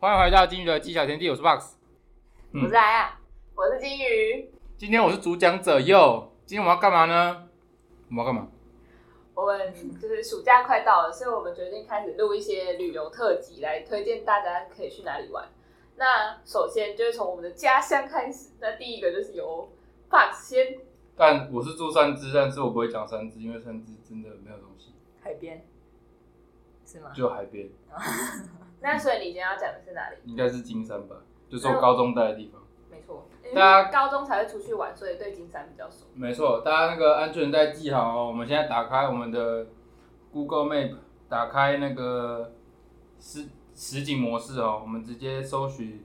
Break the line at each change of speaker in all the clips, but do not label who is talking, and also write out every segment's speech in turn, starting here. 欢迎回到金鱼的技巧天地，我是 Box。
我
嗯
是安安，我是金鱼。
今天我是主讲者又，今天我们要干嘛呢？我们要干嘛？
我们就是暑假快到了，所以我们决定开始录一些旅游特辑，来推荐大家可以去哪里玩。那首先就是从我们的家乡开始，那第一个就是由 Fox 先
但我是住三只，但是我不会讲三只，因为三只真的没有东西，
海边是吗？
就海边，
那所以你今天要讲的是哪里？
应该是金山吧，就是我高中待的地方。
没错，因
大家
为高中才会出去玩，所以对金山比较熟。
没错，大家那个安全带系好哦。我们现在打开我们的 Google Map，打开那个实实景模式哦，我们直接搜寻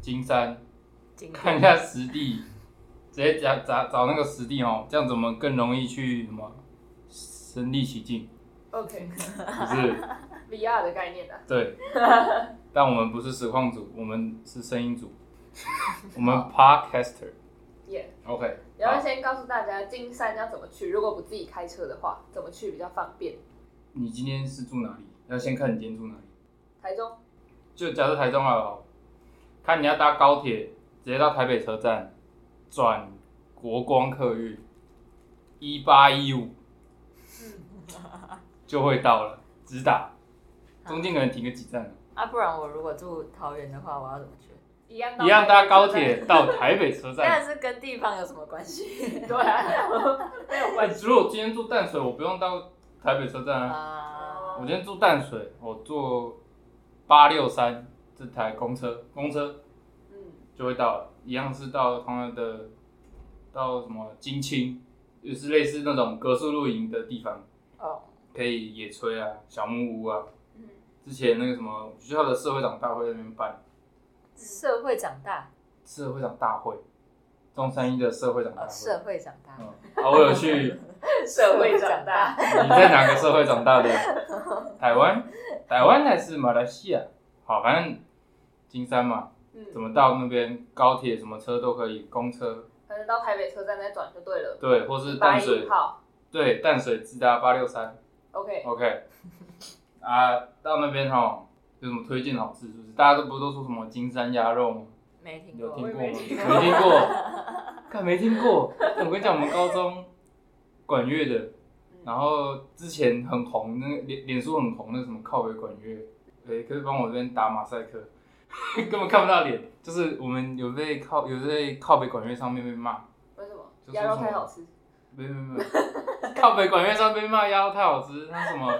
金山，
景
看一下
点
实地，直接找找找那个实地哦，这样子我们更容易去什么身临其境， 就
OK，VR
是
的概念啊，
对。但我们不是实况组，我们是声音 组，我们 podcaster。
耶、
OK，
然后
好
先告诉大家金山要怎么去，如果不自己开车的话，怎么去比较方便？
你今天是住哪里？要先看你今天住哪里。
台中
就假设台中好了，看你要搭高铁，直接到台北车站，转国光客运一八一五，
嗯
就会到了，直达，中间可能停个几站，
啊，不然我如果住桃园的话，我要怎么 去？
一样
一样搭高
台北
铁
车站
到台北车站。
但是跟地方有什么 关系
对啊，没有
哎，如果今天住淡水，我不用到台北车站啊，
啊？
我今天住淡水，我坐八六三这台公车，公车
嗯，
就会到了，一样是到他们的到什么金青，就是类似那种格数露营的地方，
哦，
可以野炊啊、小木屋啊。
嗯
之前那个什么学校的社会长大会在那边办
社会长大，
社会长大会，中山一的社会长大
哦，
会。
社会长大，
嗯，啊，我有去。
社会长大，
你在哪个社会长大的？台湾，台湾还是马来西亚？好，反正金山嘛，怎
嗯，
么到那边高铁什么车都可以，公车
反正到台北车站再转就对了。
对，或是
八
淡
一
水
五号
对淡水直达八六三。
，OK，
OK，啊，到那边哈，有什么推荐好吃？是不是？大家都不都说什么金山鸭肉吗？
没听
有
过，
听过吗？
我
没
也没
听
听
过
过，看没听过。我跟你讲，我们高中管乐的，然后之前很红，那个脸脸书很红，那个什么靠北管乐，诶、可是帮我这边打马赛克， 根本看不到脸。就是我们有被靠有在靠北管乐上面被骂，
为什么
就是
鸭肉太好吃？
没没没，靠北管乐上被骂鸭肉太好吃，那什么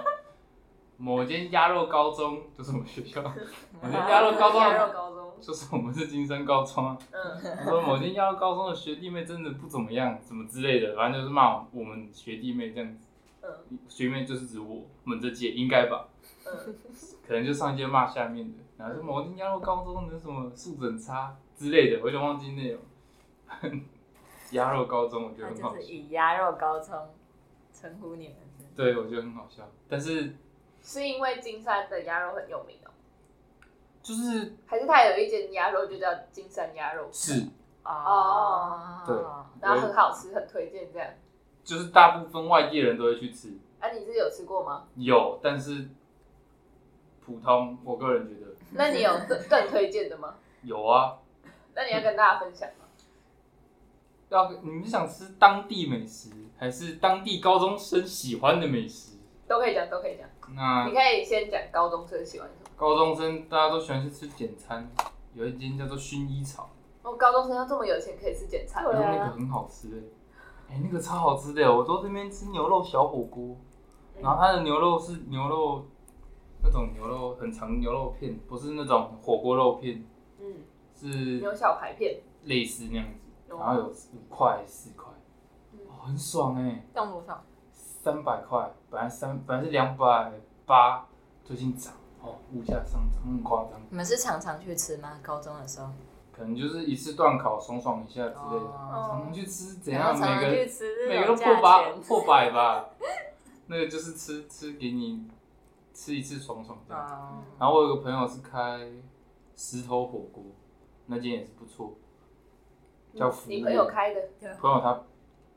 某间鸭肉高中就是我们学 校，某间鸭肉高中
鸭肉
的
高中，
就是我们是金山高中啊，
嗯，
他说某间鸭肉高中的学弟妹真的不怎么样，什么之类的，反正就是骂我们学弟妹这样子，
嗯
学弟妹就是指我我们这届应该吧，
嗯，
可能就上一届骂下面的，然后说某间鸭肉高中的什么素质很差之类的，我有点忘记内容。 鸭肉高中我觉得
他
很好
就是
笑。
以鸭肉高葱称呼你们的。
对，我觉得很好笑，但是
是因为金山的鸭肉很有名哦，
就是
还是它有一间鸭肉就叫金山鸭肉，
是，
哦
对
然后很好吃，很推荐这样。
就是大部分外地人都会去吃，
啊，你自己有吃过吗？
有，但是普通，我个人觉得
那你有更更推荐的 吗？
有啊。
那你要跟大家分享吗？
要你们想吃当地美食，还是当地高中生喜欢的美食？
都可以讲，都可以讲。
那
你可以先讲高中生喜欢什么。
高中生大家都喜欢去吃简餐，有一间叫做薰衣草，
我哦高中生要这么有钱可以吃简餐
对
然
啊
后那个很好吃哎、哎、那个超好吃的，我都这边吃牛肉小火锅，然后它的牛肉是牛肉那种牛肉很长牛肉片，不是那种火锅肉片，
嗯，
是
牛小排片，
类似那样子，
哦
然
啊
后有五块、四块，
嗯
哦，很爽哎、
动不动
三百块，本来三本来是两百八，最近涨哦，物价上涨很夸张，
你们是常常去吃吗？高中的时候，
可能就是一次断考爽爽一下之类的，
哦
常常去吃怎
然
样
后
每
常常去
个
吃这
每个都
种
破
价
八
钱
破百吧， 那个就是吃吃给你吃一次爽爽这样。
哦
然后我有个朋友是开石头火锅，那间也是不错，叫服务
嗯你朋友开的，
朋友他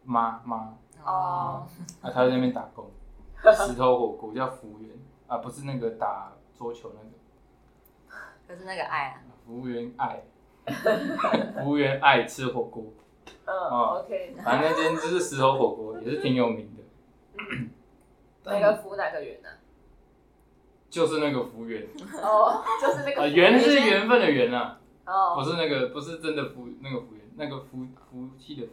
妈妈。
哦，
啊，他在那边打工，石头火锅叫服务员啊，不是那个打桌球那个，
可就是那个爱啊，
服务员爱， 服务员爱吃火锅，
嗯
哦
，OK，
反正那间就是石头火锅，也是挺有名的。
哪个福哪个圆 呢？
就是那个服务员，
哦，就是那个
呃，
福
缘是缘分的缘啊，不
哦，
是那个不是真的福那个福缘，那个福福气的福，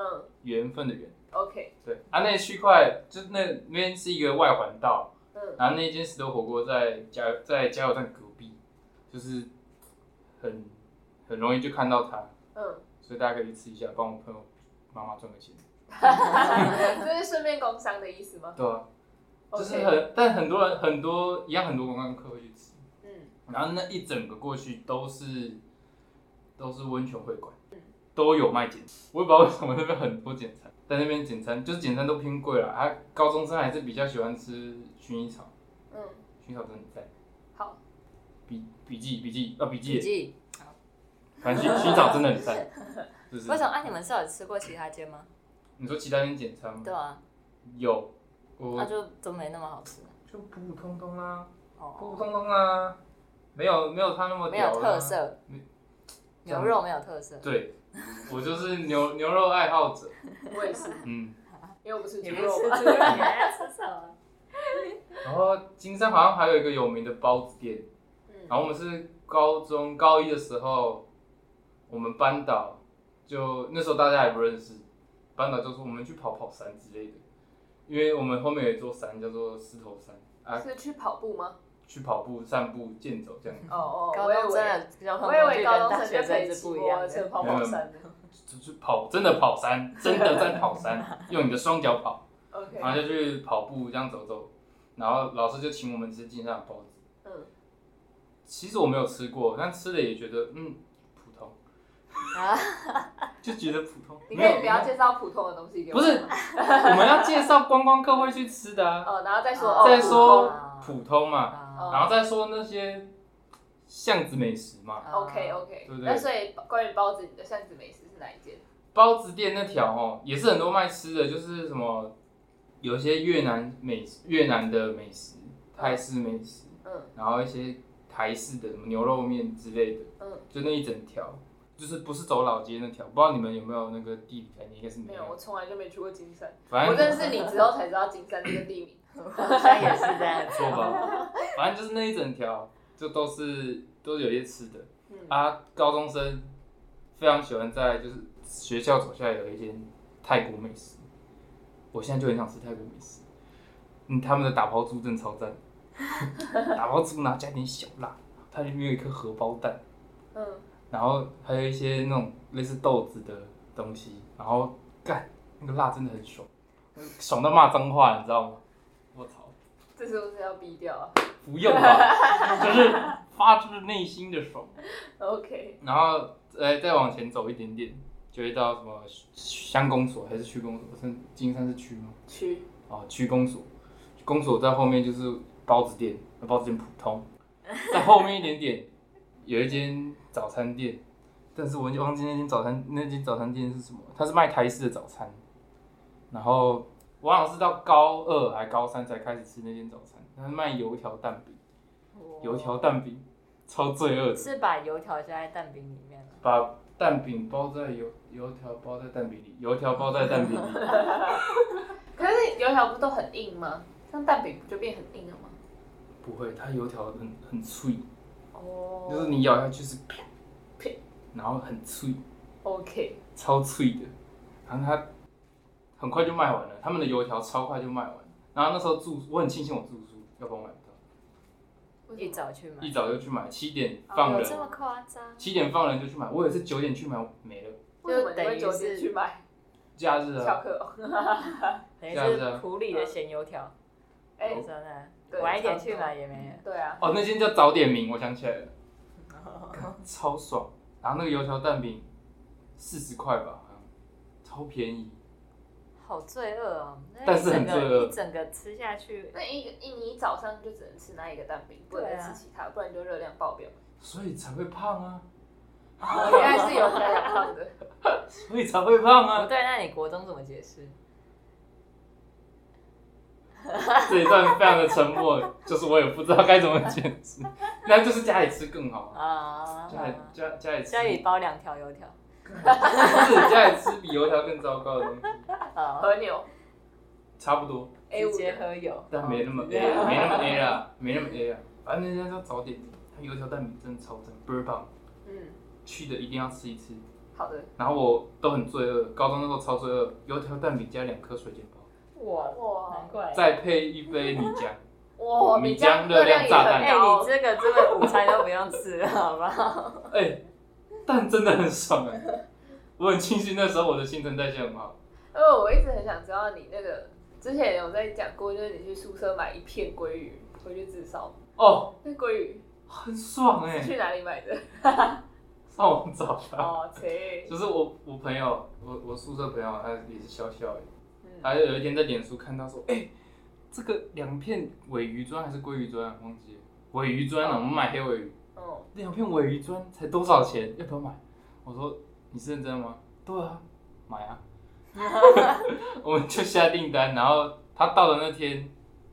嗯
缘分的缘。
，OK，
对，啊，那区块就是那那边是一个外环道，
嗯，
然后那间石头火锅在加油在加油站隔壁，就是很很容易就看到它，
嗯，
所以大家可以去吃一下，帮我朋友妈妈赚个钱。
这是顺便工商的意思吗？
对啊，就
OK
是很但很多人很多一样很多观光客会去吃，
嗯，
然后那一整个过去都是都是温泉会馆，都有卖简餐。我也不知道为什么那边很多简餐，在那边简餐就是简餐都偏贵了。啊，高中生还是比较喜欢吃薰衣草，
嗯，
薰衣草真的很赞。
好，
笔笔记笔记啊笔
笔
记，
记。
反正薰薰衣草真的很 赞。就是
为什么？啊，你们是有吃过其他间吗？
你说其他人简餐吗
对？啊，
有，我
那就都没那么好吃。
就普普通通啦，普普
哦，
通通啦，没有没有他那么
没
屌啦
有特。色
没，
牛肉没有特色。
对，我就是牛牛肉爱好者。
我 也是，
嗯，
因为我不吃
你
猪
们吃
肉
猪
嘛，
肉，你爱吃什么？
然后金山好像还有一个有名的包子店，
嗯，
然后我们是高中高一的时候，我们班导就那时候大家还不认识，班导就说我们去跑跑山之类的，因为我们后面有一座山叫做狮头山啊，
是去跑步吗？
去跑步、散步、健走这样，
哦哦，
高
我以
中
为
真的比较
我以为高中生就可以骑
是不一
摩
样
托车
的。
跑跑山的。
就是跑真的跑山，真的在跑山，用你的双脚跑，
OK，
然后就去跑步这样走走，然后老师就请我们吃金山的包子。
嗯，
其实我没有吃过，但吃了也觉得嗯普通，
啊，
就觉得普通。
你可
没有
以不要介绍普通的东西给我
不
吗，
是，我们要介绍观光客会去吃的啊，
哦，然后再说
哦
哦，
再
普
说
通
普通嘛，
哦
啊
然后再说那些巷子美食嘛，
啊
哦 OK OK，
对不对
那所以关于包子，你的巷子美食是哪一间？
包子店那条哦，也是很多卖吃的，就是什么有一些越南美食越南的美食、泰式美食，
嗯
然后一些台式的什么牛肉面之类的，
嗯，
就那一整条，就是不是走老街那条，不知道你们有没有那个地理概念，应该是没
没有，我
有，
从来就没去过金山，
反
我
正
认识你之后才知道金山这个地名。
好像也是这样。
错吧，反正就是那一整条，就都是都有一些吃的。
嗯
啊，高中生非常喜欢在就是学校走下来有一间泰国美食，我现在就很想吃泰国美食。嗯，他们的打抛猪真的超赞， 打抛猪然后加点小辣，它里面有一颗荷包蛋，
嗯，
然后还有一些那种类似豆子的东西，然后干那个辣真的很爽，爽到骂脏话，你知道吗？我操！
这是不是要逼掉啊
不用吧，就是发自内心的爽。
？OK，
然后，呃，再往前走一点点，就会到什么乡公所还是区公所？是金山是区吗？
去，
哦，区公所，公所在后面就是包子店，那包子店普通。在后面一点点有一间早餐店，但是我忘记那间早餐那间早餐店是什么，它是卖台式的早餐。然后我好像是到高二还高三才开始吃那间早餐，它是卖油条蛋饼。油条蛋饼，超罪恶的，
是把油条加在蛋饼里面了。
把蛋饼包在油油条包在蛋饼里，油条包在蛋饼里，
可是油条不都很硬吗？像蛋饼不就变很硬了吗？
不会，它油条很很脆，
哦，
就是你咬下去是啪
啪，
然后很脆，
OK，
超脆的，然后它很快就卖完了，他们的油条超快就卖完了，然后那时候住，我很庆幸我住宿，要不然我买不到，
一早去买
一，早就去买，七点
哦
放
有
人
这，么夸张？
七点放人就去买，我也是九点去买没了，
为什么你
就等
会
于
九点
是
去买
假日啊，
巧克力？
等于
这样子
是
啊
普里的咸油条，
哎
真，的
对
晚一点去买也没了。
对啊，
哦，那间叫早点名，我想起来了。
哦
超爽。然后那个油条蛋饼四十块吧，好像超便宜。
好罪恶哦！那
但是很罪恶
一整个一整个吃下去，
那一个一你一早上就只能吃那一个蛋饼，不能
对
再
啊
吃其他，不然就热量爆表。
所以才会胖啊，
哦，原来是有热量胖 的。
所以才会胖
不
啊。
对，那你国中怎么解释？
这一段非常的沉默，就是我也不知道该怎么解释。 那就是家里吃更好啊，
啊，
家里家家里吃
家里包两条油条，
不是家里吃比油条更糟糕的东西，
啊，
和牛
差不多，
A
直
五
接
的，
喝油，
但没那么 A，、
哦
没那么 A 啦，没那么 A 啦。反正人家说早点，它油条蛋饼真的超赞，倍儿棒，
嗯，
去的一定要吃一次。
好的，
然后我都很罪恶，高中那时候超罪恶，油条蛋饼加两颗水煎包，
哇，难
哇
怪。
再配一杯米浆。
哇，
米
米
浆
浆
热
热
量
量也
炸弹
很
哎，
高
你，这个真的午餐都不用吃，好不好？
哎、蛋真的很爽哎、我很庆幸那时候我的新陈代谢很好。
因为我一直很想知道你那个之前有在讲过，就是你去宿舍买一片鲑鱼回去自烧，
哦，
那鲑鱼
很爽哎、
是去哪里买的？
上网找吧。
哦，切，
就是我我朋友，我我宿舍朋友，他也是小小的，
嗯，
他有一天在脸书看到说，哎、这个两片尾鱼砖还是鲑鱼砖啊，忘记了，尾鱼砖啊，我们买黑尾鱼，
哦，
两片尾鱼砖才多少钱？要不要买？我说你是认真的吗？对啊，买啊。 我们就下订单，然后他到的那天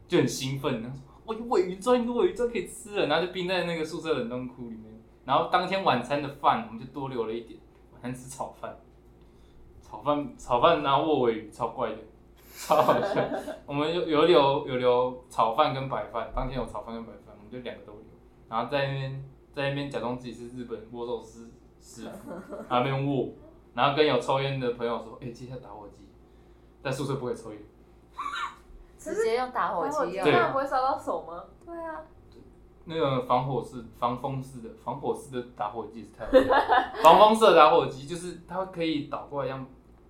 就很兴奋，他说我有尾鱼砖，有尾鱼砖可以吃了，然后就冰在那个宿舍冷冻库里面。然后当天晚餐的饭我们就多留了一点，晚餐吃炒饭，炒饭炒饭然后握尾鱼，超怪的，超好笑。我们有有留有留炒饭跟白饭，当天有炒饭跟白饭，我们就两个都留，然后在那边在那边假装自己是日本握寿司师傅，然后那边握，然后跟有抽烟的朋友说，哎、接下来打火机，在宿舍不会抽烟，
直接用打火机啊用。
对
那不会烧到手吗？
哦对啊，
那个防火式、防风式的、防火式的打火机是太好了，防风式的打火机就是它可以倒过来一样，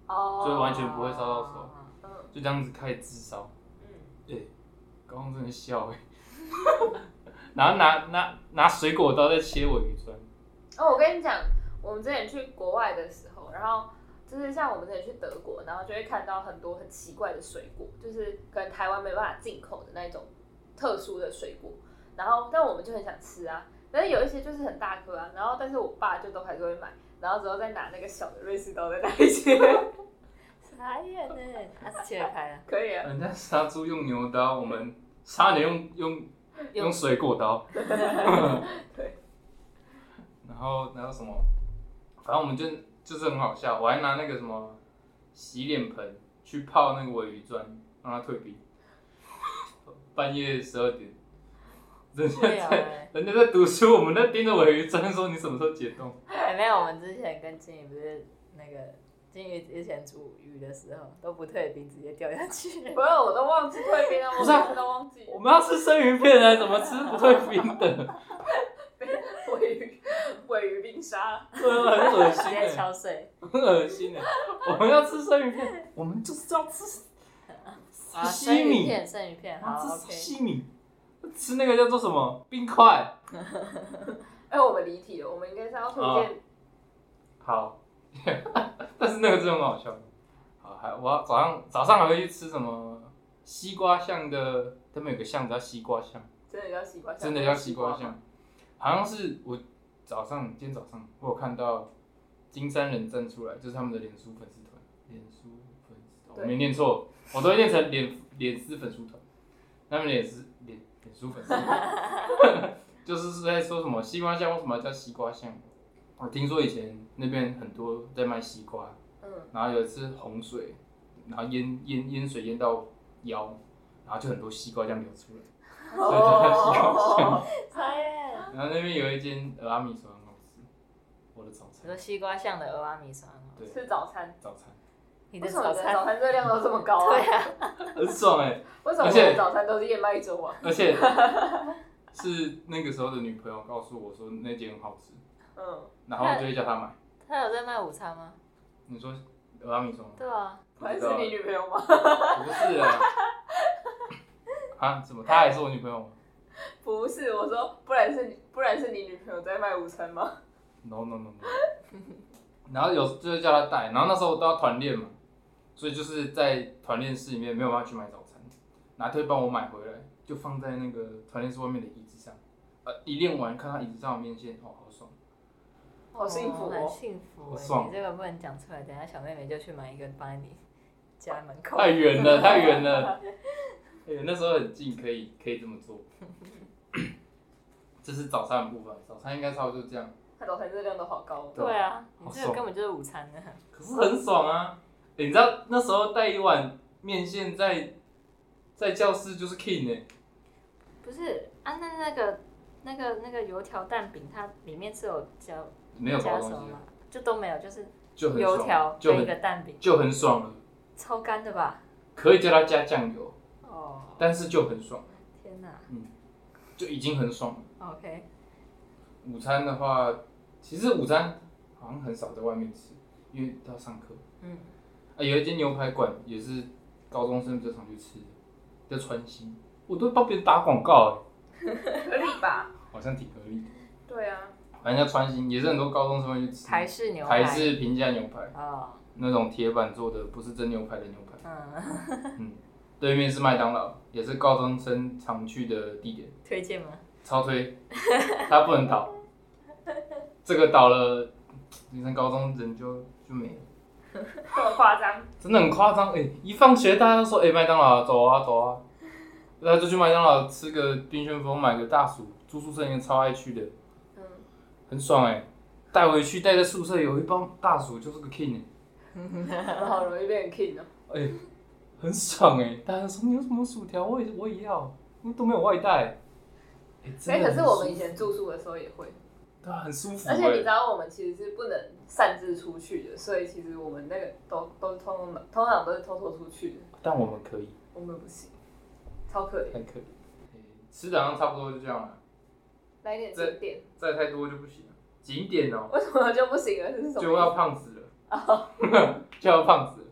哦，
就完全不会烧到手
嗯，
就这样子开始自烧。
嗯，
哎、高中真的笑哎、然后拿拿拿水果刀在切我鱼砖，
哦，我跟你讲，我们之前去国外的时候，然后就是像我们之前去德国，然后就会看到很多很奇怪的水果，就是可能台湾没办法进口的那一种特殊的水果，然后但我们就很想吃啊，但是有一些就是很大颗啊，然后但是我爸就都还是会买，然后之后再拿那个小的瑞士刀再来 切，
傻眼呢，它是切得开 的。
可以啊，
人家杀猪用牛刀，我们杀牛用用用水果刀。
对。
然后然后什么，反正我们就就是很好笑，我还拿那个什么洗脸盆去泡那个尾鱼砖，让它退冰。 半夜十二点，人家
无
在
聊哎。
人家在读书，我们在盯着尾鱼砖说你什么时候解冻。
哎，没有，我们之前跟金鱼不是那个金鱼之前煮鱼的时候都不退冰，直接掉下去。
不是我都忘记退冰了，我
不是啊
每次都忘记
我们要吃生鱼片啊呢，怎么吃不退冰的？
尾鱼尾鱼冰沙，
真的很恶
直
心
接
欸
敲碎，
很恶心哎！我们要吃生鱼片，我们就是要吃
啊，
沙
生
西
鱼
米，
片，生鱼片，好
吃沙
，OK，
西米，吃那个叫做什么冰块。
哎、我们离题了，我们应该是要推
啊
荐
好， 但是那个真的很好笑。好，还我要早上早上还会去吃什么西瓜巷的，他们有个巷子叫西瓜巷，
真的叫西瓜，
真的叫西瓜巷，好像是我早上今天早上我有看到金山人站出来，就是他们的脸书粉丝团，脸书粉丝团，我
对
没念错，我都会念成脸脸丝粉丝团，他们脸丝脸脸书粉丝团， 就是是在说什么西瓜巷为什么要叫西瓜巷？我听说以前那边很多在卖西瓜，
嗯。
然后有一次洪水，然后淹淹淹水淹到腰，然后就很多西瓜这样流出来。
哦，
傻眼。
然后那边有一间俄阿米索很好吃，我的早
你说
餐，
西瓜像的俄阿米酸哦，
对，
吃早餐，
早 餐
你
为
的
什么
早
你的早
餐，
餐热量都这么高啊？
对 啊，
很爽哎、
为什么我的早餐都是燕麦粥啊？
而且是那个时候的女朋友告诉我说那间很好吃，
嗯，
然后我就会叫她买。
他有在卖午餐吗？
你说俄阿米索吗？
对啊，
不
还
知
是
道
你女朋友吗？
不是啊， 啊什么？她还是我女朋友吗
不是，我说不然是你，不然是你女朋友在卖午餐吗？
？No No No No。然 后有就是叫她带，然后那时候都要团练嘛，所以就是在团练室里面没有办法去买早餐，然后她会帮我买回来，就放在那个团练室外面的椅子上。呃，一练完看到椅子上的面线，哦，好爽。
好幸福
很
哦！
幸福
好
欸。
爽
你这个不能讲出来，
啊
等一下小妹妹就去买一个放在你家门口。
太远了，太远了。对，那时候很近，可以可以这么做。 这是早餐的部分，早餐应该差不多就这样，
看早餐热量都好高哦。
对
对啊，你
好
这个
爽
根本就是午餐呢。
可是很爽啊！欸你知道那时候带一碗面线在在教室就是 king 欸呢、
不是啊，那那个那个那个油条蛋饼，它里面是有加
没有
加
包
什
东
么
西
吗
啊，？
就都没有，就是
就很
油条
爽，就
跟一
很
个蛋饼，
就很爽了。
超干的吧？
可以叫它加酱油，
哦，
但是就很爽，
天哪
就已经很爽了。
，OK，
午餐的话，其实午餐好像很少在外面吃，因为都要上课。
嗯，
啊，有一间牛排馆也是高中生比较常去吃的，叫川西。我都帮别人打广告、
合理吧？
欸，好像挺合理的。
对啊，
反正叫川西，也是很多高中生会去吃。
台式牛排，
台式平价牛排，
哦，
那种铁板做的，不是真牛排的牛排。
嗯，
对面是麦当劳，也是高中生常去的地点，
推荐吗？
超推， 它不能倒。这个倒了，你看高中人就就没了。
这么夸张，
真的很夸张哎！一放学大家都说哎，麦、当劳走啊走啊，然后就去麦当劳吃个冰旋风，买个大薯，住宿舍也超爱去的，
嗯，
很爽哎、带回去带在宿舍有一包大薯就是个 king
好容易被人 king 哦。
哎、哎很爽哎、大家说你有什么薯条，我也我也要，因为都没有外带。哎、
哎，
真的
可
很
是
舒
我们以前住宿的时候也会，
对啊，很舒服、
而且你知
哎，
道我们其实是不能擅自出去的，所以其实我们那个都都通通常都是偷偷出去的，
但我们可以，
我们不行，超可怜。
很可以。哎吃的好像差不多就这样了，
来点景点，
再太多就不行了。景点哦、
为什么 就不行了？这是什么意思？哦
就要胖死了， 就要胖死了。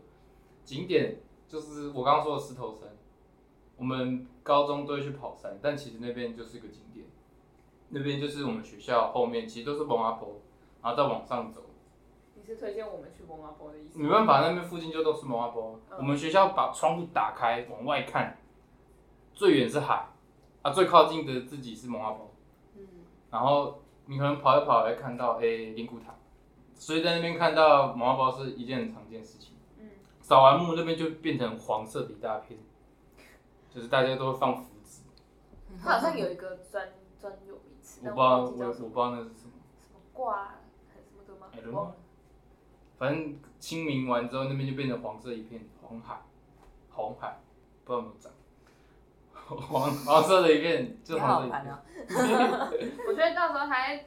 景点就是我刚刚说的石头山，我们高中都会去跑山，但其实那边就是一个景点，那边就是我们学校后面其实都是蒙阿坡，然后再往上走，
你是推荐我们去蒙阿波的意思？
没办法，那边附近就都是蒙阿坡。
嗯
我们学校把窗户打开往外看，最远是海，啊，最靠近的自己是蒙阿坡。
嗯，
然后你可能跑一跑会看到诶灵骨塔，所以在那边看到毛毛包是一件很常见的事情。
嗯，
扫完墓那边就变成黄色的一大片，就是大家都会放福字，
它好像有一个专专有名词，
我
但
不知道
忘
我
记
我
叫
不
什
知
么
道那是什么，
什么挂还是什么的吗
I don't？know
忘了
反正清明完之后那边就变成黄色一片，红海，红海，不知道有没有涨。黄 黄色的一片，就
你
是
好
黄色
好
一
盘
片，
哦，
我觉得到时候还在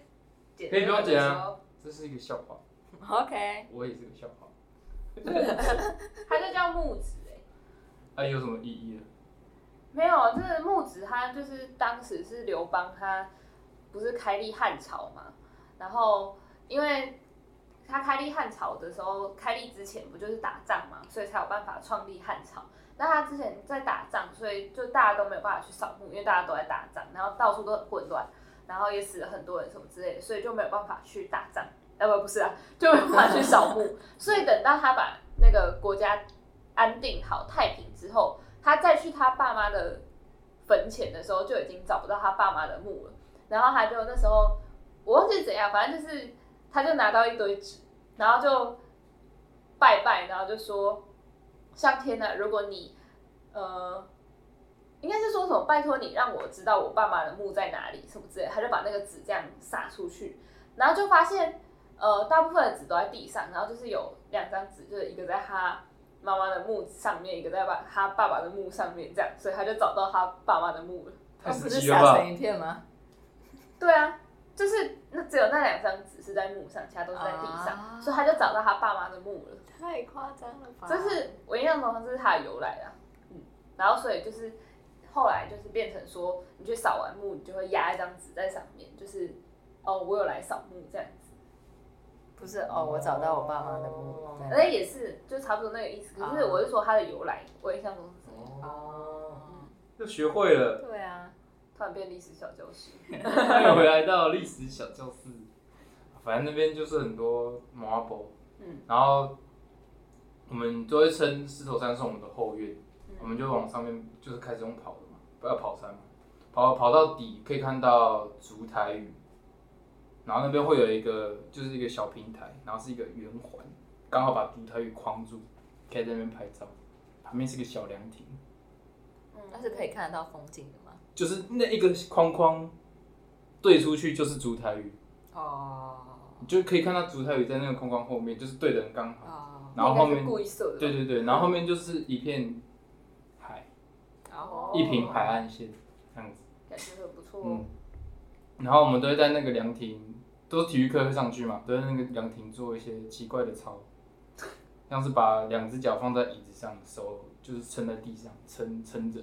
剪
可以不用剪啊
的时候，
这是一个笑话，
OK，
我也是个笑话。
它就叫木子哎、
哎、有什么意义呢？
没有，这个木子他就是当时是刘邦，他不是开立汉朝嘛，然后因为他开立汉朝的时候，开立之前不就是打仗嘛，所以才有办法创立汉朝。那他之前在打仗，所以就大家都没有办法去扫墓，因为大家都在打仗，然后到处都很混乱，然后也死了很多人什么之类的，所以就没有办法去打仗，呃不不是啊，就没有办法去扫墓。所以等到他把那个国家安定好、太平之后，他再去他爸妈的坟前的时候，就已经找不到他爸妈的墓了。然后他就那时候我忘记怎样，反正就是他就拿到一堆纸，然后就拜拜，然后就说：“上天呐、如果你呃。”应该是说什么？拜托你让我知道我爸妈的墓在哪里，什么之类的。他就把那个纸这样撒出去，然后就发现呃，大部分的纸都在地上，然后就是有两张纸，就是一个在他妈妈的墓上面，一个在爸他爸爸的墓上面，这样，所以他就找到他爸妈的墓了。
太
它哦
神
不是
奇了
撒
吧！
成一片吗？
对啊，就是那只有那两张纸是在墓上，其他都是在地上，嗯
啊
所以他就找到他爸妈的墓了。
太夸张了吧
这啊是我印象中这是它的由来啊。嗯，然后所以就是后来就是变成说，你去扫完墓，你就会压一张纸在上面，就是哦，我有来扫墓这样子。
不是哦，我找到我爸妈的墓。
那也是就差不多那个意思，可是
啊
我是说它的由来，我印象中是这样。
哦，
又学会了。
对啊，
突然变历史小教室。
欢迎回来到历史小教室。反正那边就是很多 marble，
嗯
然后我们都会称石头山是我们的后院，我们就往上面就是开始用跑的嘛，不要跑山嘛，跑跑到底可以看到烛台屿，然后那边会有一个就是一个小平台，然后是一个圆环，刚好把烛台屿框住，可以在那边拍照。旁边是个小凉亭，
嗯，
那是可以看得到风景的吗？
就是那一个框框对出去就是烛台鱼，
哦
你就可以看到烛台鱼在那个框框后面，就是对的人刚好。
哦，
然后后
应该
面
是故意设的，
对，对对，然后后面就是一片海，
然后
一平海岸线这样子。
感觉很不错。哦
嗯，然后我们都会在那个凉亭，都是体育课会上去嘛，都在那个凉亭做一些奇怪的操，像是把两只脚放在椅子上，手就是撑在地上，撑撑着，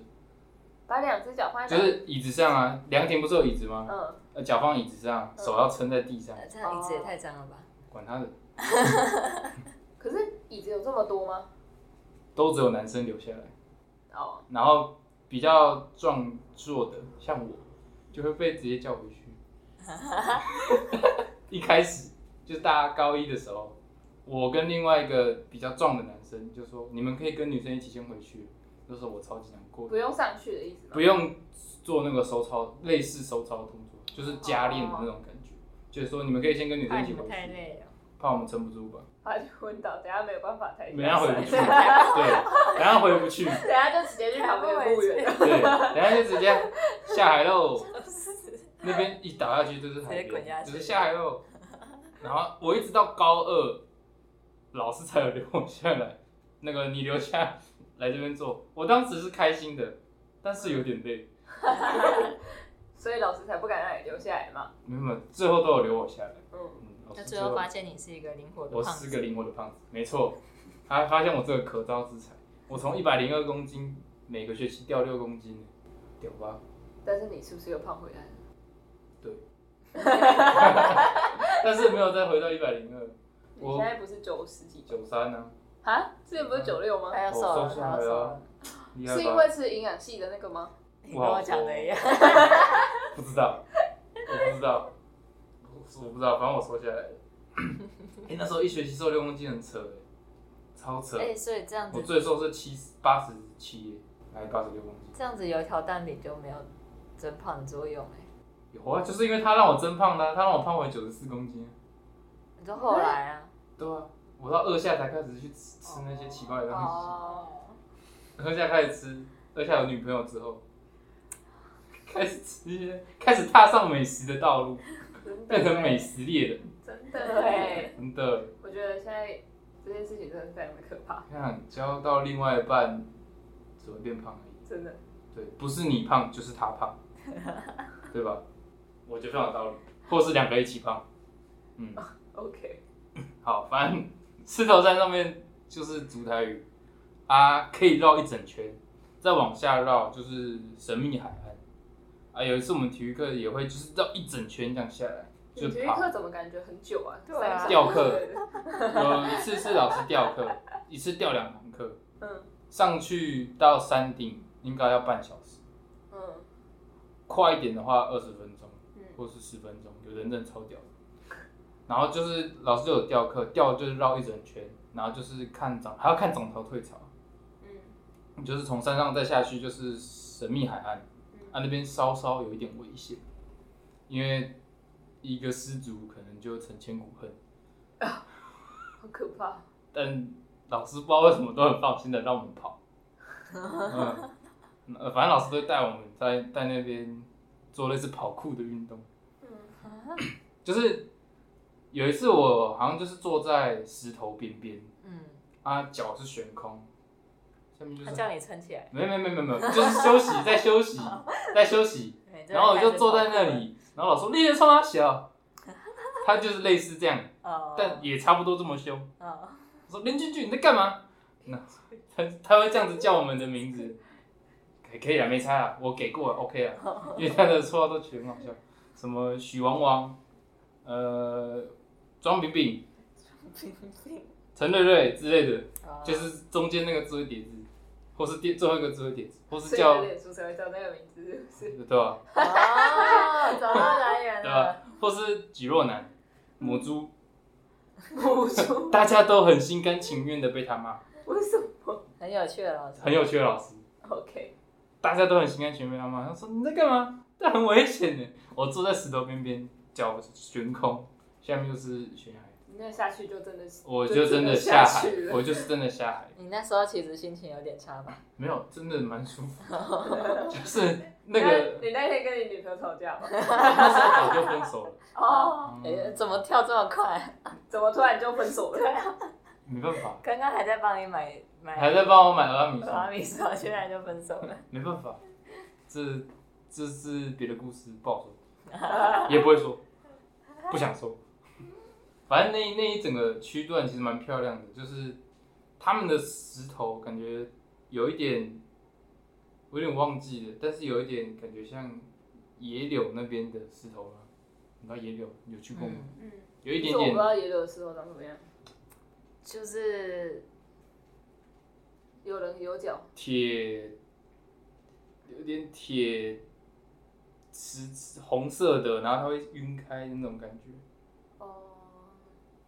把两只脚放在
就
哪里，
是椅子上啊。凉亭不是有椅子吗？
嗯，
呃，脚放椅子上，
嗯
手要撑在地上，
呃这样椅子也太脏了吧？
管他的，
可是椅子有这么多吗？
都只有男生留下来。
哦，
然后比较壮硕的，像我，就会被直接叫 回去。一开始就是大家高一的时候，我跟另外一个比较壮的男生就说：“你们可以跟女生一起先回去。”那时候我超级难过
不，用上去的意思吗？
不用做那个收操，类似收操的动作，就是加练的那种感觉。就是哎说，你们可以先跟女生
怕
一起
哎你
回
们太
去，
累了，
怕我们撑不住吧？
他就昏倒，等下没有办法抬起
等
来，
下回不 去，
等
对，等下回不去，
下就直接去 旁边的公园，
对，等下就直接下海喽。
是
那边一倒下去就是海
直接滚下
边，
去
只是下海喽。然后我一直到高二，老师才有留我下来。那个你留下来这边做，我当时是开心的，但是有点累。
所以老师才不敢让你留下来嘛。
没有，没有，最后都有留我下来。
嗯，
嗯，老
那
师
最后发现你是一个灵活的
我
胖
是
子，
个灵活的胖子，没错。他发现我这个可造之才，我从一百零二公斤每个学期掉六公斤，屌吧？
但是你是不是又胖回来了？
但是没有再回到一百零二，
你
我
现在不是九十几九哎
九三呢，
啊？之前不是九六吗？
他要瘦了，
我瘦下来
哎他要瘦了
了，厉害吧
是因为吃营养系的那个吗？
你跟我讲的一样，
不知道，我不知道，我我不知道，反正我瘦下 来了。哎、那时候一学期瘦六公斤很扯、欸，超扯！
哎，所以这样
我
子
最瘦是七八十七，还是八十六公斤？
这样子油条蛋饼就没有增胖的作用哎。
有啊，就是因为他让我增胖的啊、他让我胖回九十四公斤啊。
你说后来啊？
对啊，我到二下才开始去吃吃那些奇怪的东西，
哦，
二下开始吃，二下有女朋友之后，开始吃一些，开始踏上美食的道路，
真的
变成美食猎人，
真的哎，
真的。
我觉得现在这件事情真的非常的可怕，
看交到另外一半，只会变胖而已。
真的。
对，不是你胖就是他 胖，对吧？我觉得非常有道理。或是两个一起胖，嗯，
OK，
好，反正狮头山上面就是烛台屿啊，可以绕一整圈，再往下绕就是神秘海岸啊。有一次我们体育课也会就是绕一整圈这样下来，就
你体
是
育
爬。
课怎么感觉很久啊？
对啊
三小
吊
时
课有一次是老师调课，一次调两堂课，
嗯
上去到山顶应该要半小时。
嗯，
快一点的话二十分钟，
嗯
或是十分钟，有人真的超屌的然后就是老师就有吊课，吊就是绕一整圈，然后就是看涨，还要看涨潮退潮。
嗯
你就是从山上再下去就是神秘海岸，啊那边稍稍有一点危险，因为一个失足可能就成千古恨。
好可怕。
但老师不知道为什么都很放心的让我们跑。嗯，呃反正老师都会带我们在在那边做类似跑酷的运动。
嗯
就是有一次我好像就是坐在石头边边，
嗯，
啊，脚是悬空，下面就
他
是
叫你撑起来，
没没没没没，就是休息在休息在休息，
对
然后我就坐在那，里，然后老师说你也冲他小，他就是类似这样，
哦，
但也差不多这么凶。
哦，
我说林俊俊你在干嘛？那他他会这样子叫我们的名字，可以可以啊，没差啊，我给过了，OK 啊，因为他的绰号都取得很好笑，什么许王王，呃，庄饼饼、陈瑞瑞之类的，就是中间那个字会叠字，或是第最后一个字会叠字，或是
所以有
叫
脸书才会叫那个名字，是不是？
对吧、
哦，找到来源
对吧、啊
了，
或是举若男、母猪，
母猪？
大家都很心甘情愿的被他骂，
为什么
很有趣的老师，
很有趣的老师。
？OK，
大家都很心甘情愿他妈，他说你在干嘛？这欸很危险的。我坐在石头边边，脚悬空，下面就是悬崖，
那下去就真的是，
我就真的下
下
海
去，了
我就是真的下海，
你那时候其实心情有点差吧？
没有，真的蛮舒服，就是那
那
个
你那天跟你女朋友吵 架吗？
那时候早就分手了，
哦，
哎
嗯，
怎么跳这么快？
怎么突然就分手了？
没办法，
刚刚还在帮你买买
还在帮我买拉米
俄阿
莎，
米索，现在就分手了。
没办 法，这这是别的故事，不好 说，也不会说，不想说。反正那那一整个区段其实蛮漂亮的，就是他们的石头感觉有一点，我有点忘记了，但是有一点感觉像野柳那边的石头吗？你知道野柳有去过吗？
嗯
嗯，
有一
其
点
实我不
点
知道野柳的石头长什么样，
就是
有棱有角，
铁，有点铁，是红色的，然后它会晕开的那种感觉。
哦，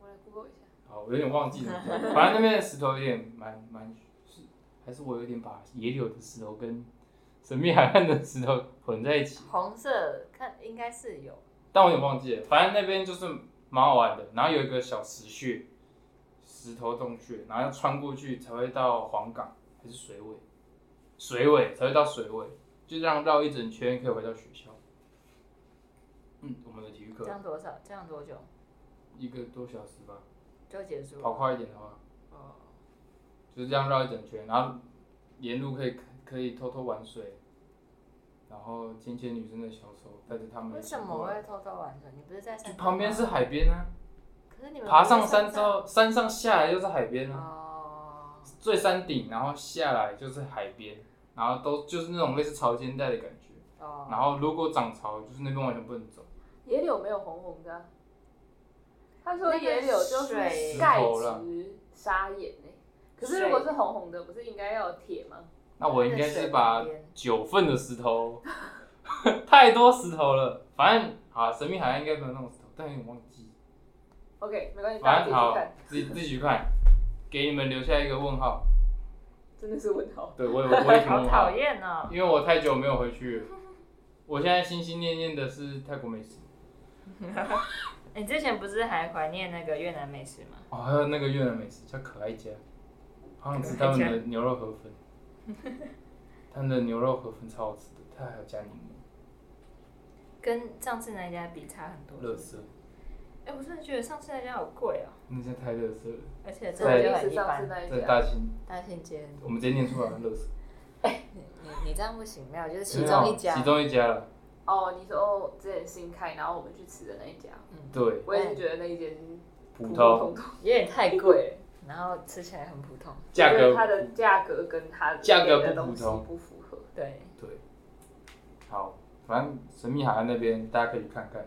我来 Google 一下，
好，我有点忘记了，反正那边的石头有点蛮蛮，是还是我有点把野柳的石头跟神秘海岸的石头混在一起，
红色，看应该是有。
但我有点忘记了。反正那边就是蛮好玩的，然后有一个小石穴，石头洞穴，然后要穿过去才会到黄冈还是水尾，水尾才会到水尾，就这样绕一整圈可以回到学校。嗯，我们的体育课
这样多少？这样多久
一个多小时吧，
就结束？
跑快一点的话。
哦，
就是这样绕一整圈，然后沿路可以可以偷偷玩水，然后牵牵女生的小手，带着她们
为
一起
什
过来。
么会偷偷玩水？你不是在山
就
上吗
旁边是，海边啊，
可是你们
爬
不是
上山之后，山上下来就是海边
山上
啊，
哦，
最山顶，然后下来就是海边，然后都就是那种类似潮间带的感觉。
哦，
然后如果涨潮，就是那边完全不能走，
野柳没有红红的啊。他说
那个
野柳就是
水
钙
石头啦
质沙眼诶、可是如果是红红的，不是应该要有铁吗？
那我应该是把
那个水旁边
九份的石头， 太多石头了，反正啊，神秘海岸应该没有那种石头，但有点忘记。
OK，没关系，大家
反
自
正好自己自
己去看，，
己去看，给你们留下一个问号。
真的是问号。
对我也我也挺
好
问
讨
号，
厌哦。
因为我太久没有回去了。我现在心心念念的是泰国美食，
你之前不是还怀念那个越南美食吗？
哦，还有那个越南美食叫可爱家，好想吃他们的牛肉河粉，他们的牛肉河粉超好吃的，它还有加柠檬，
跟上次那家比差很多。
乐色，
哎，我真的觉得上次那家好贵哦，
那家太乐色了，
而且真
所以
的
就
就是很一
上次
般。
那一
在
家，
大兴，
大庆街，
我们直接念出来乐色，
你你你这样不行，没有，就是其中一家
其。中一家了，
哦，你说哦，之前新开，然后我们去吃的那一家，
嗯
对，
我也是觉得那一间
普
通
通，
通，
有点太贵了，然后吃起来很普通。
价
就
格
是它的价格跟它的
价格不
给的
普
东西
通
不符合。
对，
对，好，反正神秘海岸那边大家可以去看看，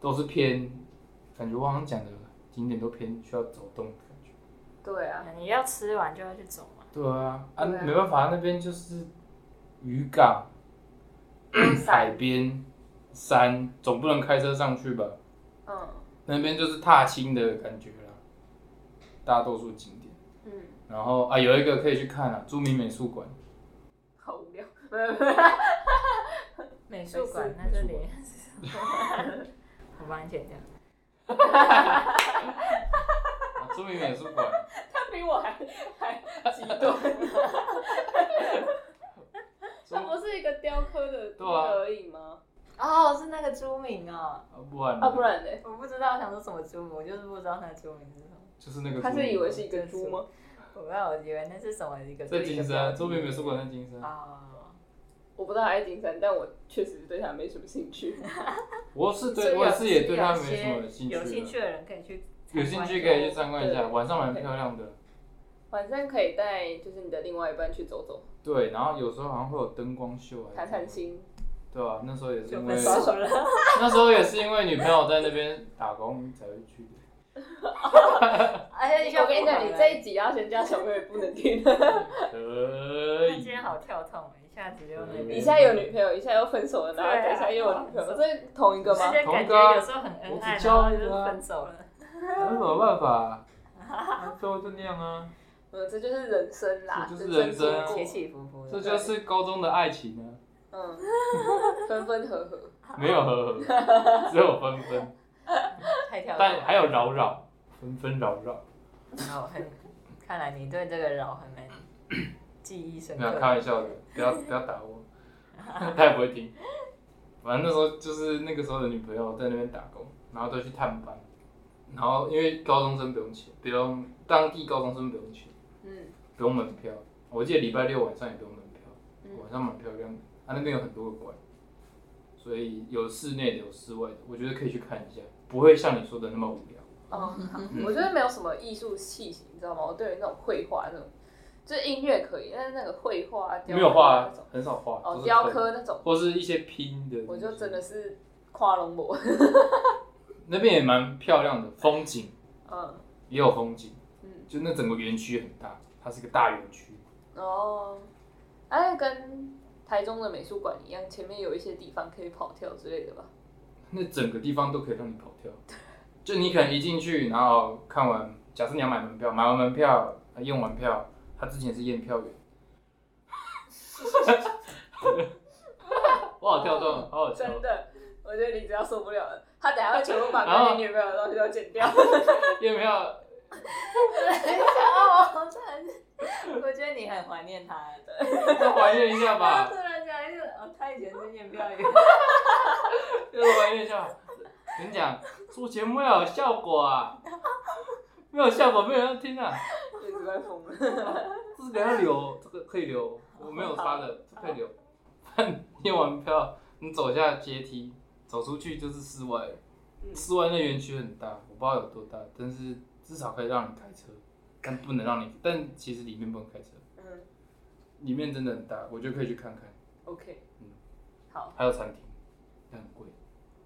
都是偏，感觉我好像讲的景点都偏需要走动的感觉。
对啊，
你要吃完就要去走嘛。
对啊，啊
对啊
没办法，那边就是渔港、海边、山，总不能开车上去吧？
嗯
那边就是踏青的感觉啦，大多数景点。
嗯，
然后啊，有一个可以去看啊，著名美术馆，
好无聊。
美术馆那这 里，我帮你剪掉。
啊著名美术馆。
他比我还还激动，
说
他不是一个雕刻的
对啊
而已吗？
哦，是那个朱敏哦，
啊不然呢
啊，不然呢？
我不知道，我想说什么朱敏，我就是不知道那个朱敏是什么。
就是那个
他
著
是
名
以为是一根猪吗？
我不知道，我以为那是什么一个。
在金山，啊周边美术馆在金山。
哦，
我不知道爱金山，但我确实对他没什么兴趣。
我是
所以
对，
有
我是也对他没
些
什么兴趣
有兴
的。
趣的人可以去参观，
有兴趣可以去参观一下，
对
晚上蛮漂亮的。
晚上可以带就是你的另外一半去走走，
对，然后有时候好像会有灯光秀啊。
谈谈。心，
对啊，那时候也是
就
因为
分手 了。
那时候也是因为女朋友在那边打工才会去的。
而且
我跟你讲，你这一集要先叫小朋友不能听。
可
他今
以。
天好跳痛，欸一下子就那
嗯
个。
你现在有女朋友，一下又分手了，然后
对啊
等一下又有女朋友，这是同一个
就
吗？
是感觉有时候很恩爱，然后就是
啊
分手了。
有什么办法？那最后就那样啊，
嗯，这就是人生啦，
这就是人生啊
起起伏伏
这
的，
就是高中的爱情啊，
嗯， 分分合合，
没有和和，只有分分，
太跳痛
但
了。
还有扰扰。纷纷扰扰。
然后很，看来你对这个扰很蛮记忆深
没有
刻。
开玩笑的，不要不要打我，他也不会听。反正那时候就是那个时候的女朋友在那边打工，然后都去探班，然后因为高中生不用钱，不用当地高中生不用钱，
嗯
不用门票。我记得礼拜六晚上也不用门票，
嗯
晚上蛮漂亮的。它、那边有很多个馆，所以有室内的，有室外的，我觉得可以去看一下，不会像你说的那么无聊。
哦，好
嗯
我觉得没有什么艺术气息，你知道吗？我对于那种绘画那种，就是音乐可以，但是那个绘画、雕刻
没有画
那
啊
种，，
很少画，都
哦，
是
雕
喷，
刻那种，
或是一些拼的东西。
我就真的是跨龙膜。
那边也蛮漂亮的，风景
嗯
也有风景。
嗯，
就那整个园区很大，它是个大园区。
哦，哎，跟台中的美术馆一样，前面有一些地方可以跑跳之类的吧？
那整个地方都可以让你跑跳。就你可能一进去，然后看完，假设你要买门票，买完门票，呃验完票，他之前是验票员。我好跳动，好好笑。
真的，我觉得你只要受不了了，他等下会全部把
然后
跟你女朋友的东西都剪掉。
验票，
哦， 真的是，我觉得你很怀念他。
再还原一下
他
吧
突，然讲一个，哦，他以前是验票 员。
再还原一下。跟你讲，做节目要有效果啊，没有效果没有人要听啊。
一直在疯了。
这个要留，这个可以留，我没有发的，这可以留。 验完票，你走下阶梯，走出去就是室外了。
嗯
室外那园区很大，我不知道有多大，但是至少可以让你开车，但不能让你，但其实里面不能开车，
嗯
里面真的很大，我觉得可以去看看。
，OK，
嗯
哦
好，
还有餐厅，但很贵。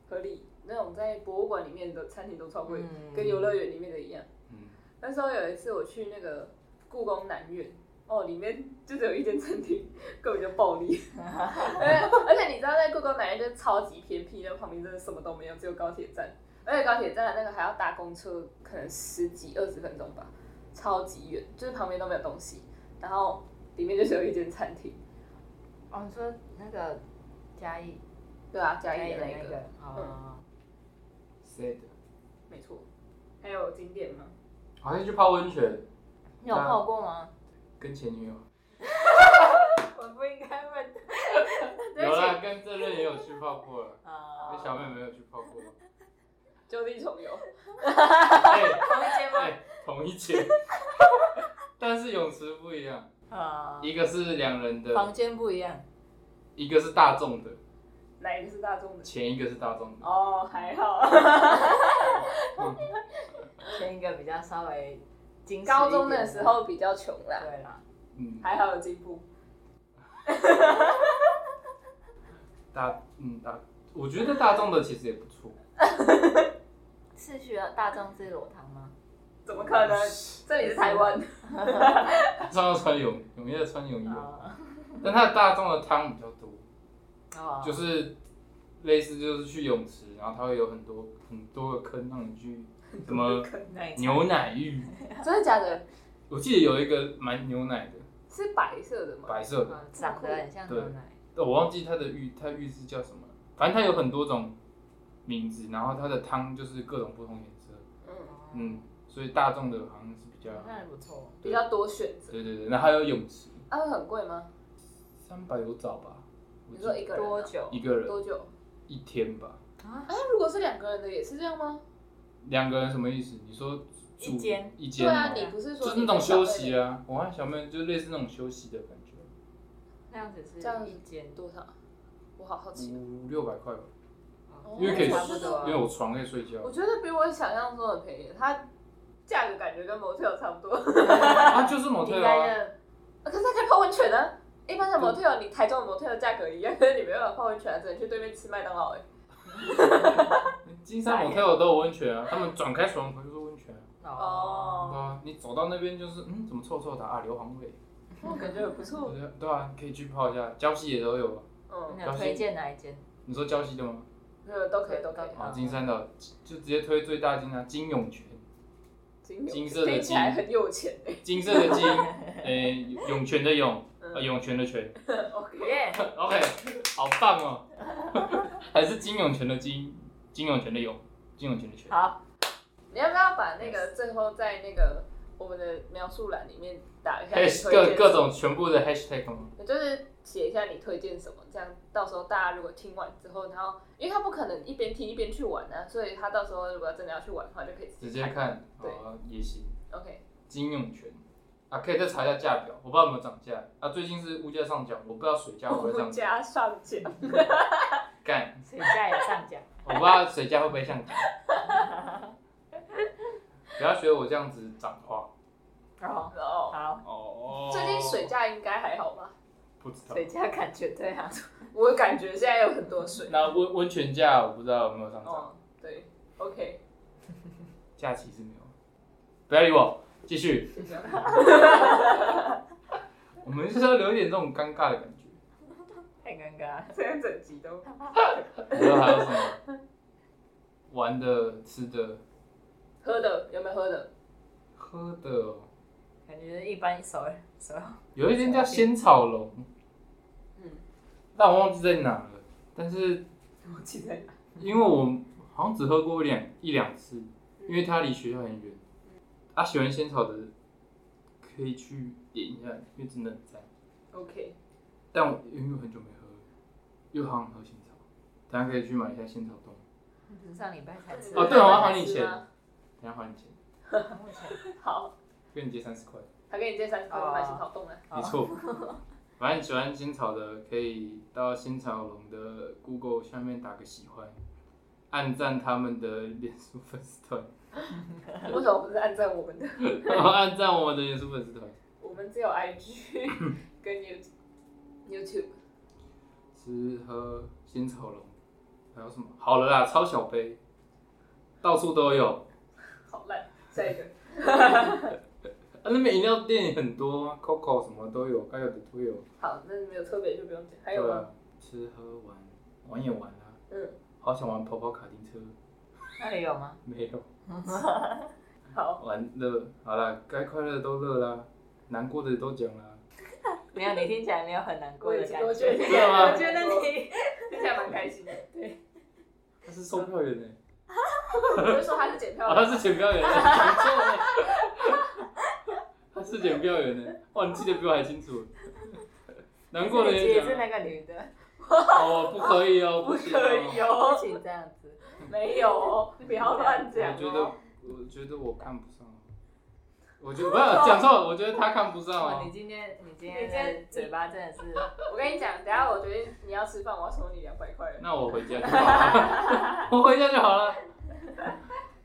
合理。那种在博物馆里面的餐厅都超贵，
嗯
跟游乐园里面的一样。
嗯，
那时候有一次我去那个故宫南院，哦，里面就只有一间餐厅， 根本就暴 力。哎而而且你知道，在故宫南院就是超级偏僻，那旁边真的什么都没有，只有高铁站。而且高铁站的那个还要搭公车，可能十几二十分钟吧，超级远，就是旁边都没有东西。然后里面就只有一间餐厅，
哦，你说那个嘉义，
对啊，嘉
嘉
义
义
的
的
那
那
个
个，，哦，
谁的？
没错。还有景点吗？
好像去泡温泉，
你有泡过吗？
跟前女友。
我不应该问他，对
有
不起。
啦，跟这任也有去泡过了，
啊
跟 小妹没有去泡过。
就地重游。
哎
同一间 吗？
哎，同一间， 但是泳池不一样，
啊，
一个是两人的，
房间不一样。
一个是大众的，
哪一个是大众的？
前一个是大众的。
哦，还好。
前一个比较稍微 精致一点
高中的时，候比较穷啦，
对啦，
嗯，
还好有进步。
大嗯大，我觉得大众的其实也不错。
是需要大众是裸汤吗？
怎么可能？这里是台湾。
上要穿泳泳衣，穿泳衣哦，
啊，
但它的大众的汤比较多，
哦
嗯就是类似就是去泳池，然后它会有很多很多个坑让你去，什么
那一层
牛奶浴，
真的假的？
我记得有一个蛮牛奶的，
是白色的吗？
白色的。
啊长得很像牛奶，
呃我忘记它的浴，它浴是叫什么了，反正它有很多种名字，然后它的汤就是各种不同颜色，
嗯，
嗯，啊所以大众的好像是比较，
那还不错。
比较多选择。
对对对，那还有泳池，
啊，会很贵吗？
三百有找吧，我
你
记
说
得
一个人啊
多久？
一个人
多久？
一天吧，
啊，
啊，如果是两个人的也是这样吗？
两个人什么意思？你说住
一间
一
对
间
啊，
哦
你不是
就
说
是那种休息
啊？
啊，我和小妹就类似那种休息的感觉，
那样子是
这样子
一间多，
多少？我好好奇。
五六百块吧，
哦
因为可以
差不多
因为
啊。
我床可以睡觉
我，觉得比我想象中的便宜，它价格感觉跟 motel 差不多。
啊就是
应
motel 啊，
该的，
可是它可以泡温泉啊！一般的 motel，你台中的 motel 价格一样，可是你没办法泡温泉啊，只能去对面吃麦当劳哎、
金山 motel 都有温泉啊，他们转开床头就是温泉啊。
哦，
对啊，你走到那边就是，嗯，怎么臭臭的啊？硫磺味。
我感觉很不错。
我觉得对啊，可以去泡一下，礁溪也都有啊。
嗯，
那推荐哪一间？
你说礁溪的吗？
没有都可以，都可以。
啊，金山的就直接推最大金啊，金涌泉，
金牛
金色的
听起来很有钱哎、
金色 的金，诶、涌泉的涌，呃，
嗯
涌泉的泉。
，OK，
耶，
OK，好棒哦， 还是金涌泉的金，金涌泉的涌，金涌泉的泉。
好，
你要不要把那个最后在那个我们的描述栏里面打一下你
hash
推
各
荐
各
什么
种全部的 hashtag 吗？
你就是写一下你推荐什么，这样到时候大家如果听完之后，然后因为他不可能一边听一边去玩啊，所以他到时候如果真的要去玩的话，就可以
直 接看，哦，也行。
OK，
金涌泉啊，可以再查一下价表，我不知道有没有涨价啊。最近是物价上涨，我不知道水价会不会
物
上涨。
价上讲，
干，
水价也上讲，
我不知道水价会不会上涨。不要学我这样子讲话
哦，
哦，
好，
哦。
最近水价应该还好吧？
不知道。
水价感觉对啊，
我感觉现在有很多水。
那温温泉价我不知道有没有上涨，
哦，对，OK，
假期是没有。不要理我，继续。
谢谢。
我们就是要留一点这种尴尬的感觉。
太尴尬了。
现在整集都
你说还有什么 玩的、吃的、
喝的有没有喝的？
喝的哦？
感觉一般手手
有一间叫仙草楼，
嗯，
但我忘记在哪了。但是
我记得
因为我好像只喝过两一两次，因为它离学校很远。啊，喜欢仙草的可以去点一下，因为真的很赞。
OK，
但我因为很久没喝了，又好想喝仙草，等一下可以去买一下仙草冻。
不是上礼拜才吃的，
哦对我要还
你
你
吃
钱
吗
等一下还你钱，
目前
好，
跟你借三十块，
他给你借三十块我买新草冻了。
没错。反正喜欢仙草的可以到仙草龙的 Google 下面打个喜欢，按赞他们的脸书粉丝团。
你为什么不是按照我们的？
然后按赞我们的脸书粉丝团。
我们只有 IG 跟 YouTube。YouTube
吃喝仙草龙，还有什么？好了啦，超小杯，到处都有。
好烂，下一个。
啊，那边饮料店也很多啊，Coco 什么都有，该有的都有。
好，那没有特别就不用讲。还有
对
吗？
啊，吃喝玩玩也玩啦、啊
嗯，
好想玩跑跑卡丁车，
那里有吗？
没有
好，
玩乐。好啦，该快乐的都乐啦，难过的都讲啦。
没有，你听起来没有很难过的感
我觉
觉。啊
得
真的吗
我觉得你
听起来蛮开心的。
他是售票员呢、欸
我就说他是检票
啊，
员，
他是检票员、欸，讲错了欸、他是检票员呢、欸哇，你记得比我还清 楚。难过的
你其
也
实是
讲啊，
那个女的，
哦，不可以哦，
不
行哦
可以
不
哦，
行这样子。
没有哦，不要乱讲
我觉得
哦。，
我觉得我看不上。我 觉得不要讲错了，我觉得他看不上
哇，
哦
你。今天你今
你今天
天的呃嘴巴真的是，
我跟你讲，等一下我决定你要吃饭，我要收你两百块。
那我回家就好了， 我回家就好了。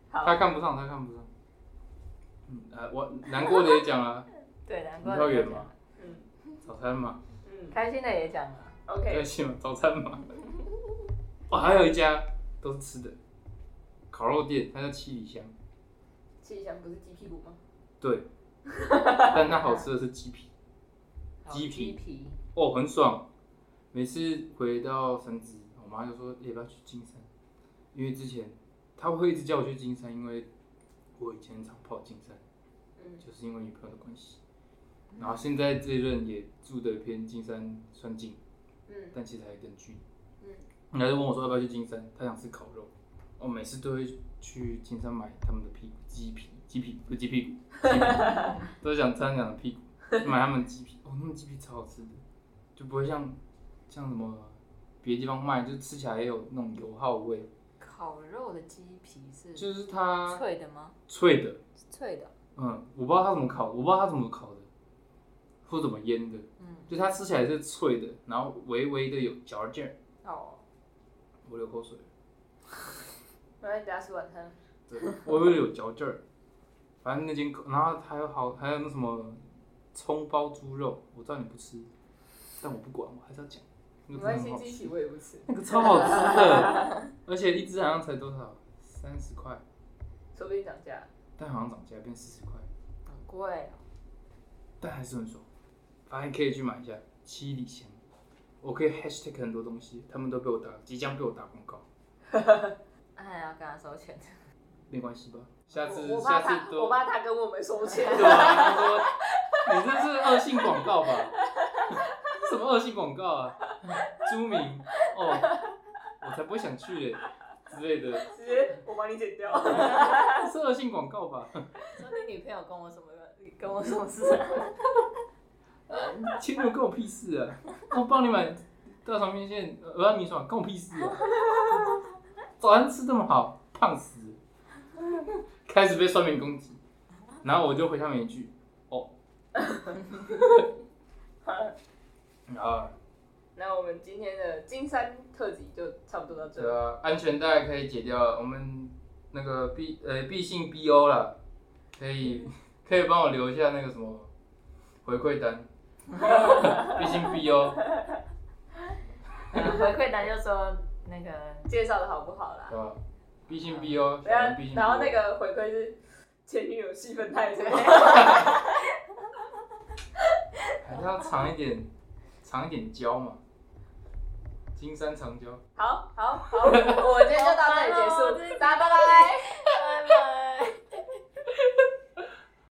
好
他看不上，他看不上。嗯，呃，我难过的也讲 了，
对，难
你
怪。
票远嘛，
嗯
早餐嘛，
嗯
开心的也讲了，
开
，OK，
心嘛，早餐嘛。哦，还有一家都是吃的，烤肉店，它叫七里香，
七香不是鸡屁股吗？
对， 但它好吃的是鸡皮。
好
鸡皮
鸡皮，
哦，很爽。每次回到三芝，我妈就说欸要、不要去金山，因为之前她会一直叫我去金山，因为我以前常跑金山，
嗯
就是因为女朋友的关系。然后现在这一任也住的偏金山算近，
嗯
但其实还有一点距离。
嗯，
她就问我说要不要去金山，她想吃烤肉。我每次都会去金山买他们的屁股鸡皮，鸡皮不是鸡屁股，鸡皮 都是想沾两的屁股，买他们鸡皮，哦，他们鸡皮超好吃的，就不会像像什么别的地方卖，就吃起来也有那种油耗味，
烤肉的鸡皮是
就是它
脆的吗？
脆的，
是脆的，
嗯，我不知道它怎么烤，我不知道它怎么烤的，或怎么腌的，
嗯，
就它吃起来是脆的，然后微微的有嚼劲儿，
哦，
我流口水了，
我要你等一下吃晚餐。
对，微微的有嚼劲儿，反正那间，然后还有好还有那什么葱包猪肉，我知道你不吃，但我不管，我还是要讲，那
没
个真的很
关系，
好
鸡
吃。
皮我也不吃。
那个超好吃 的，而且一只好像才多少，三十块，
说不定涨价。
但好像涨价变四十块，
很贵哦，
但还是很爽。反正可以去买一下七里香，我可以 hashtag 很多东西，他们都被我打，即将被我打广告，
那还哎要跟他收钱，
没关系吧？下次
我我
下
怕
次
他，我
多，
怕他跟我们收钱。
对啊，他说你这是恶性广告吧？ 什么恶性广告啊？朱明哦，我才不会想去嘞之类的，
直接我帮你剪掉。
是恶性广告吧？
说你女朋友跟我什么跟我什么事啊？
呃亲人跟我屁事啊！我帮你买大肠面线、呃鹅肝米爽，跟我屁事啊！早餐吃这么好，胖死了！开始被酸民攻击，然后我就回他们一句：“哦。” 啊，
那我们今天的金山特辑就差不多到这
这个安全带可以解掉了，我们那个 B 呃 B 姓 BO 了，可以 可以帮我留一下那个什么回馈单 ，B 姓 BO。
嗯回馈单就说那个
介绍的好不好啦？
对吧？毕竟 B O，
然后
毕竟 B O，
然后那个回馈是前女友戏份 太多，
还是要长一点，长一点胶嘛，金山长胶。
好好好，我们今天就到这里结
好烦哦这一
束，
集
大家拜拜。
拜拜。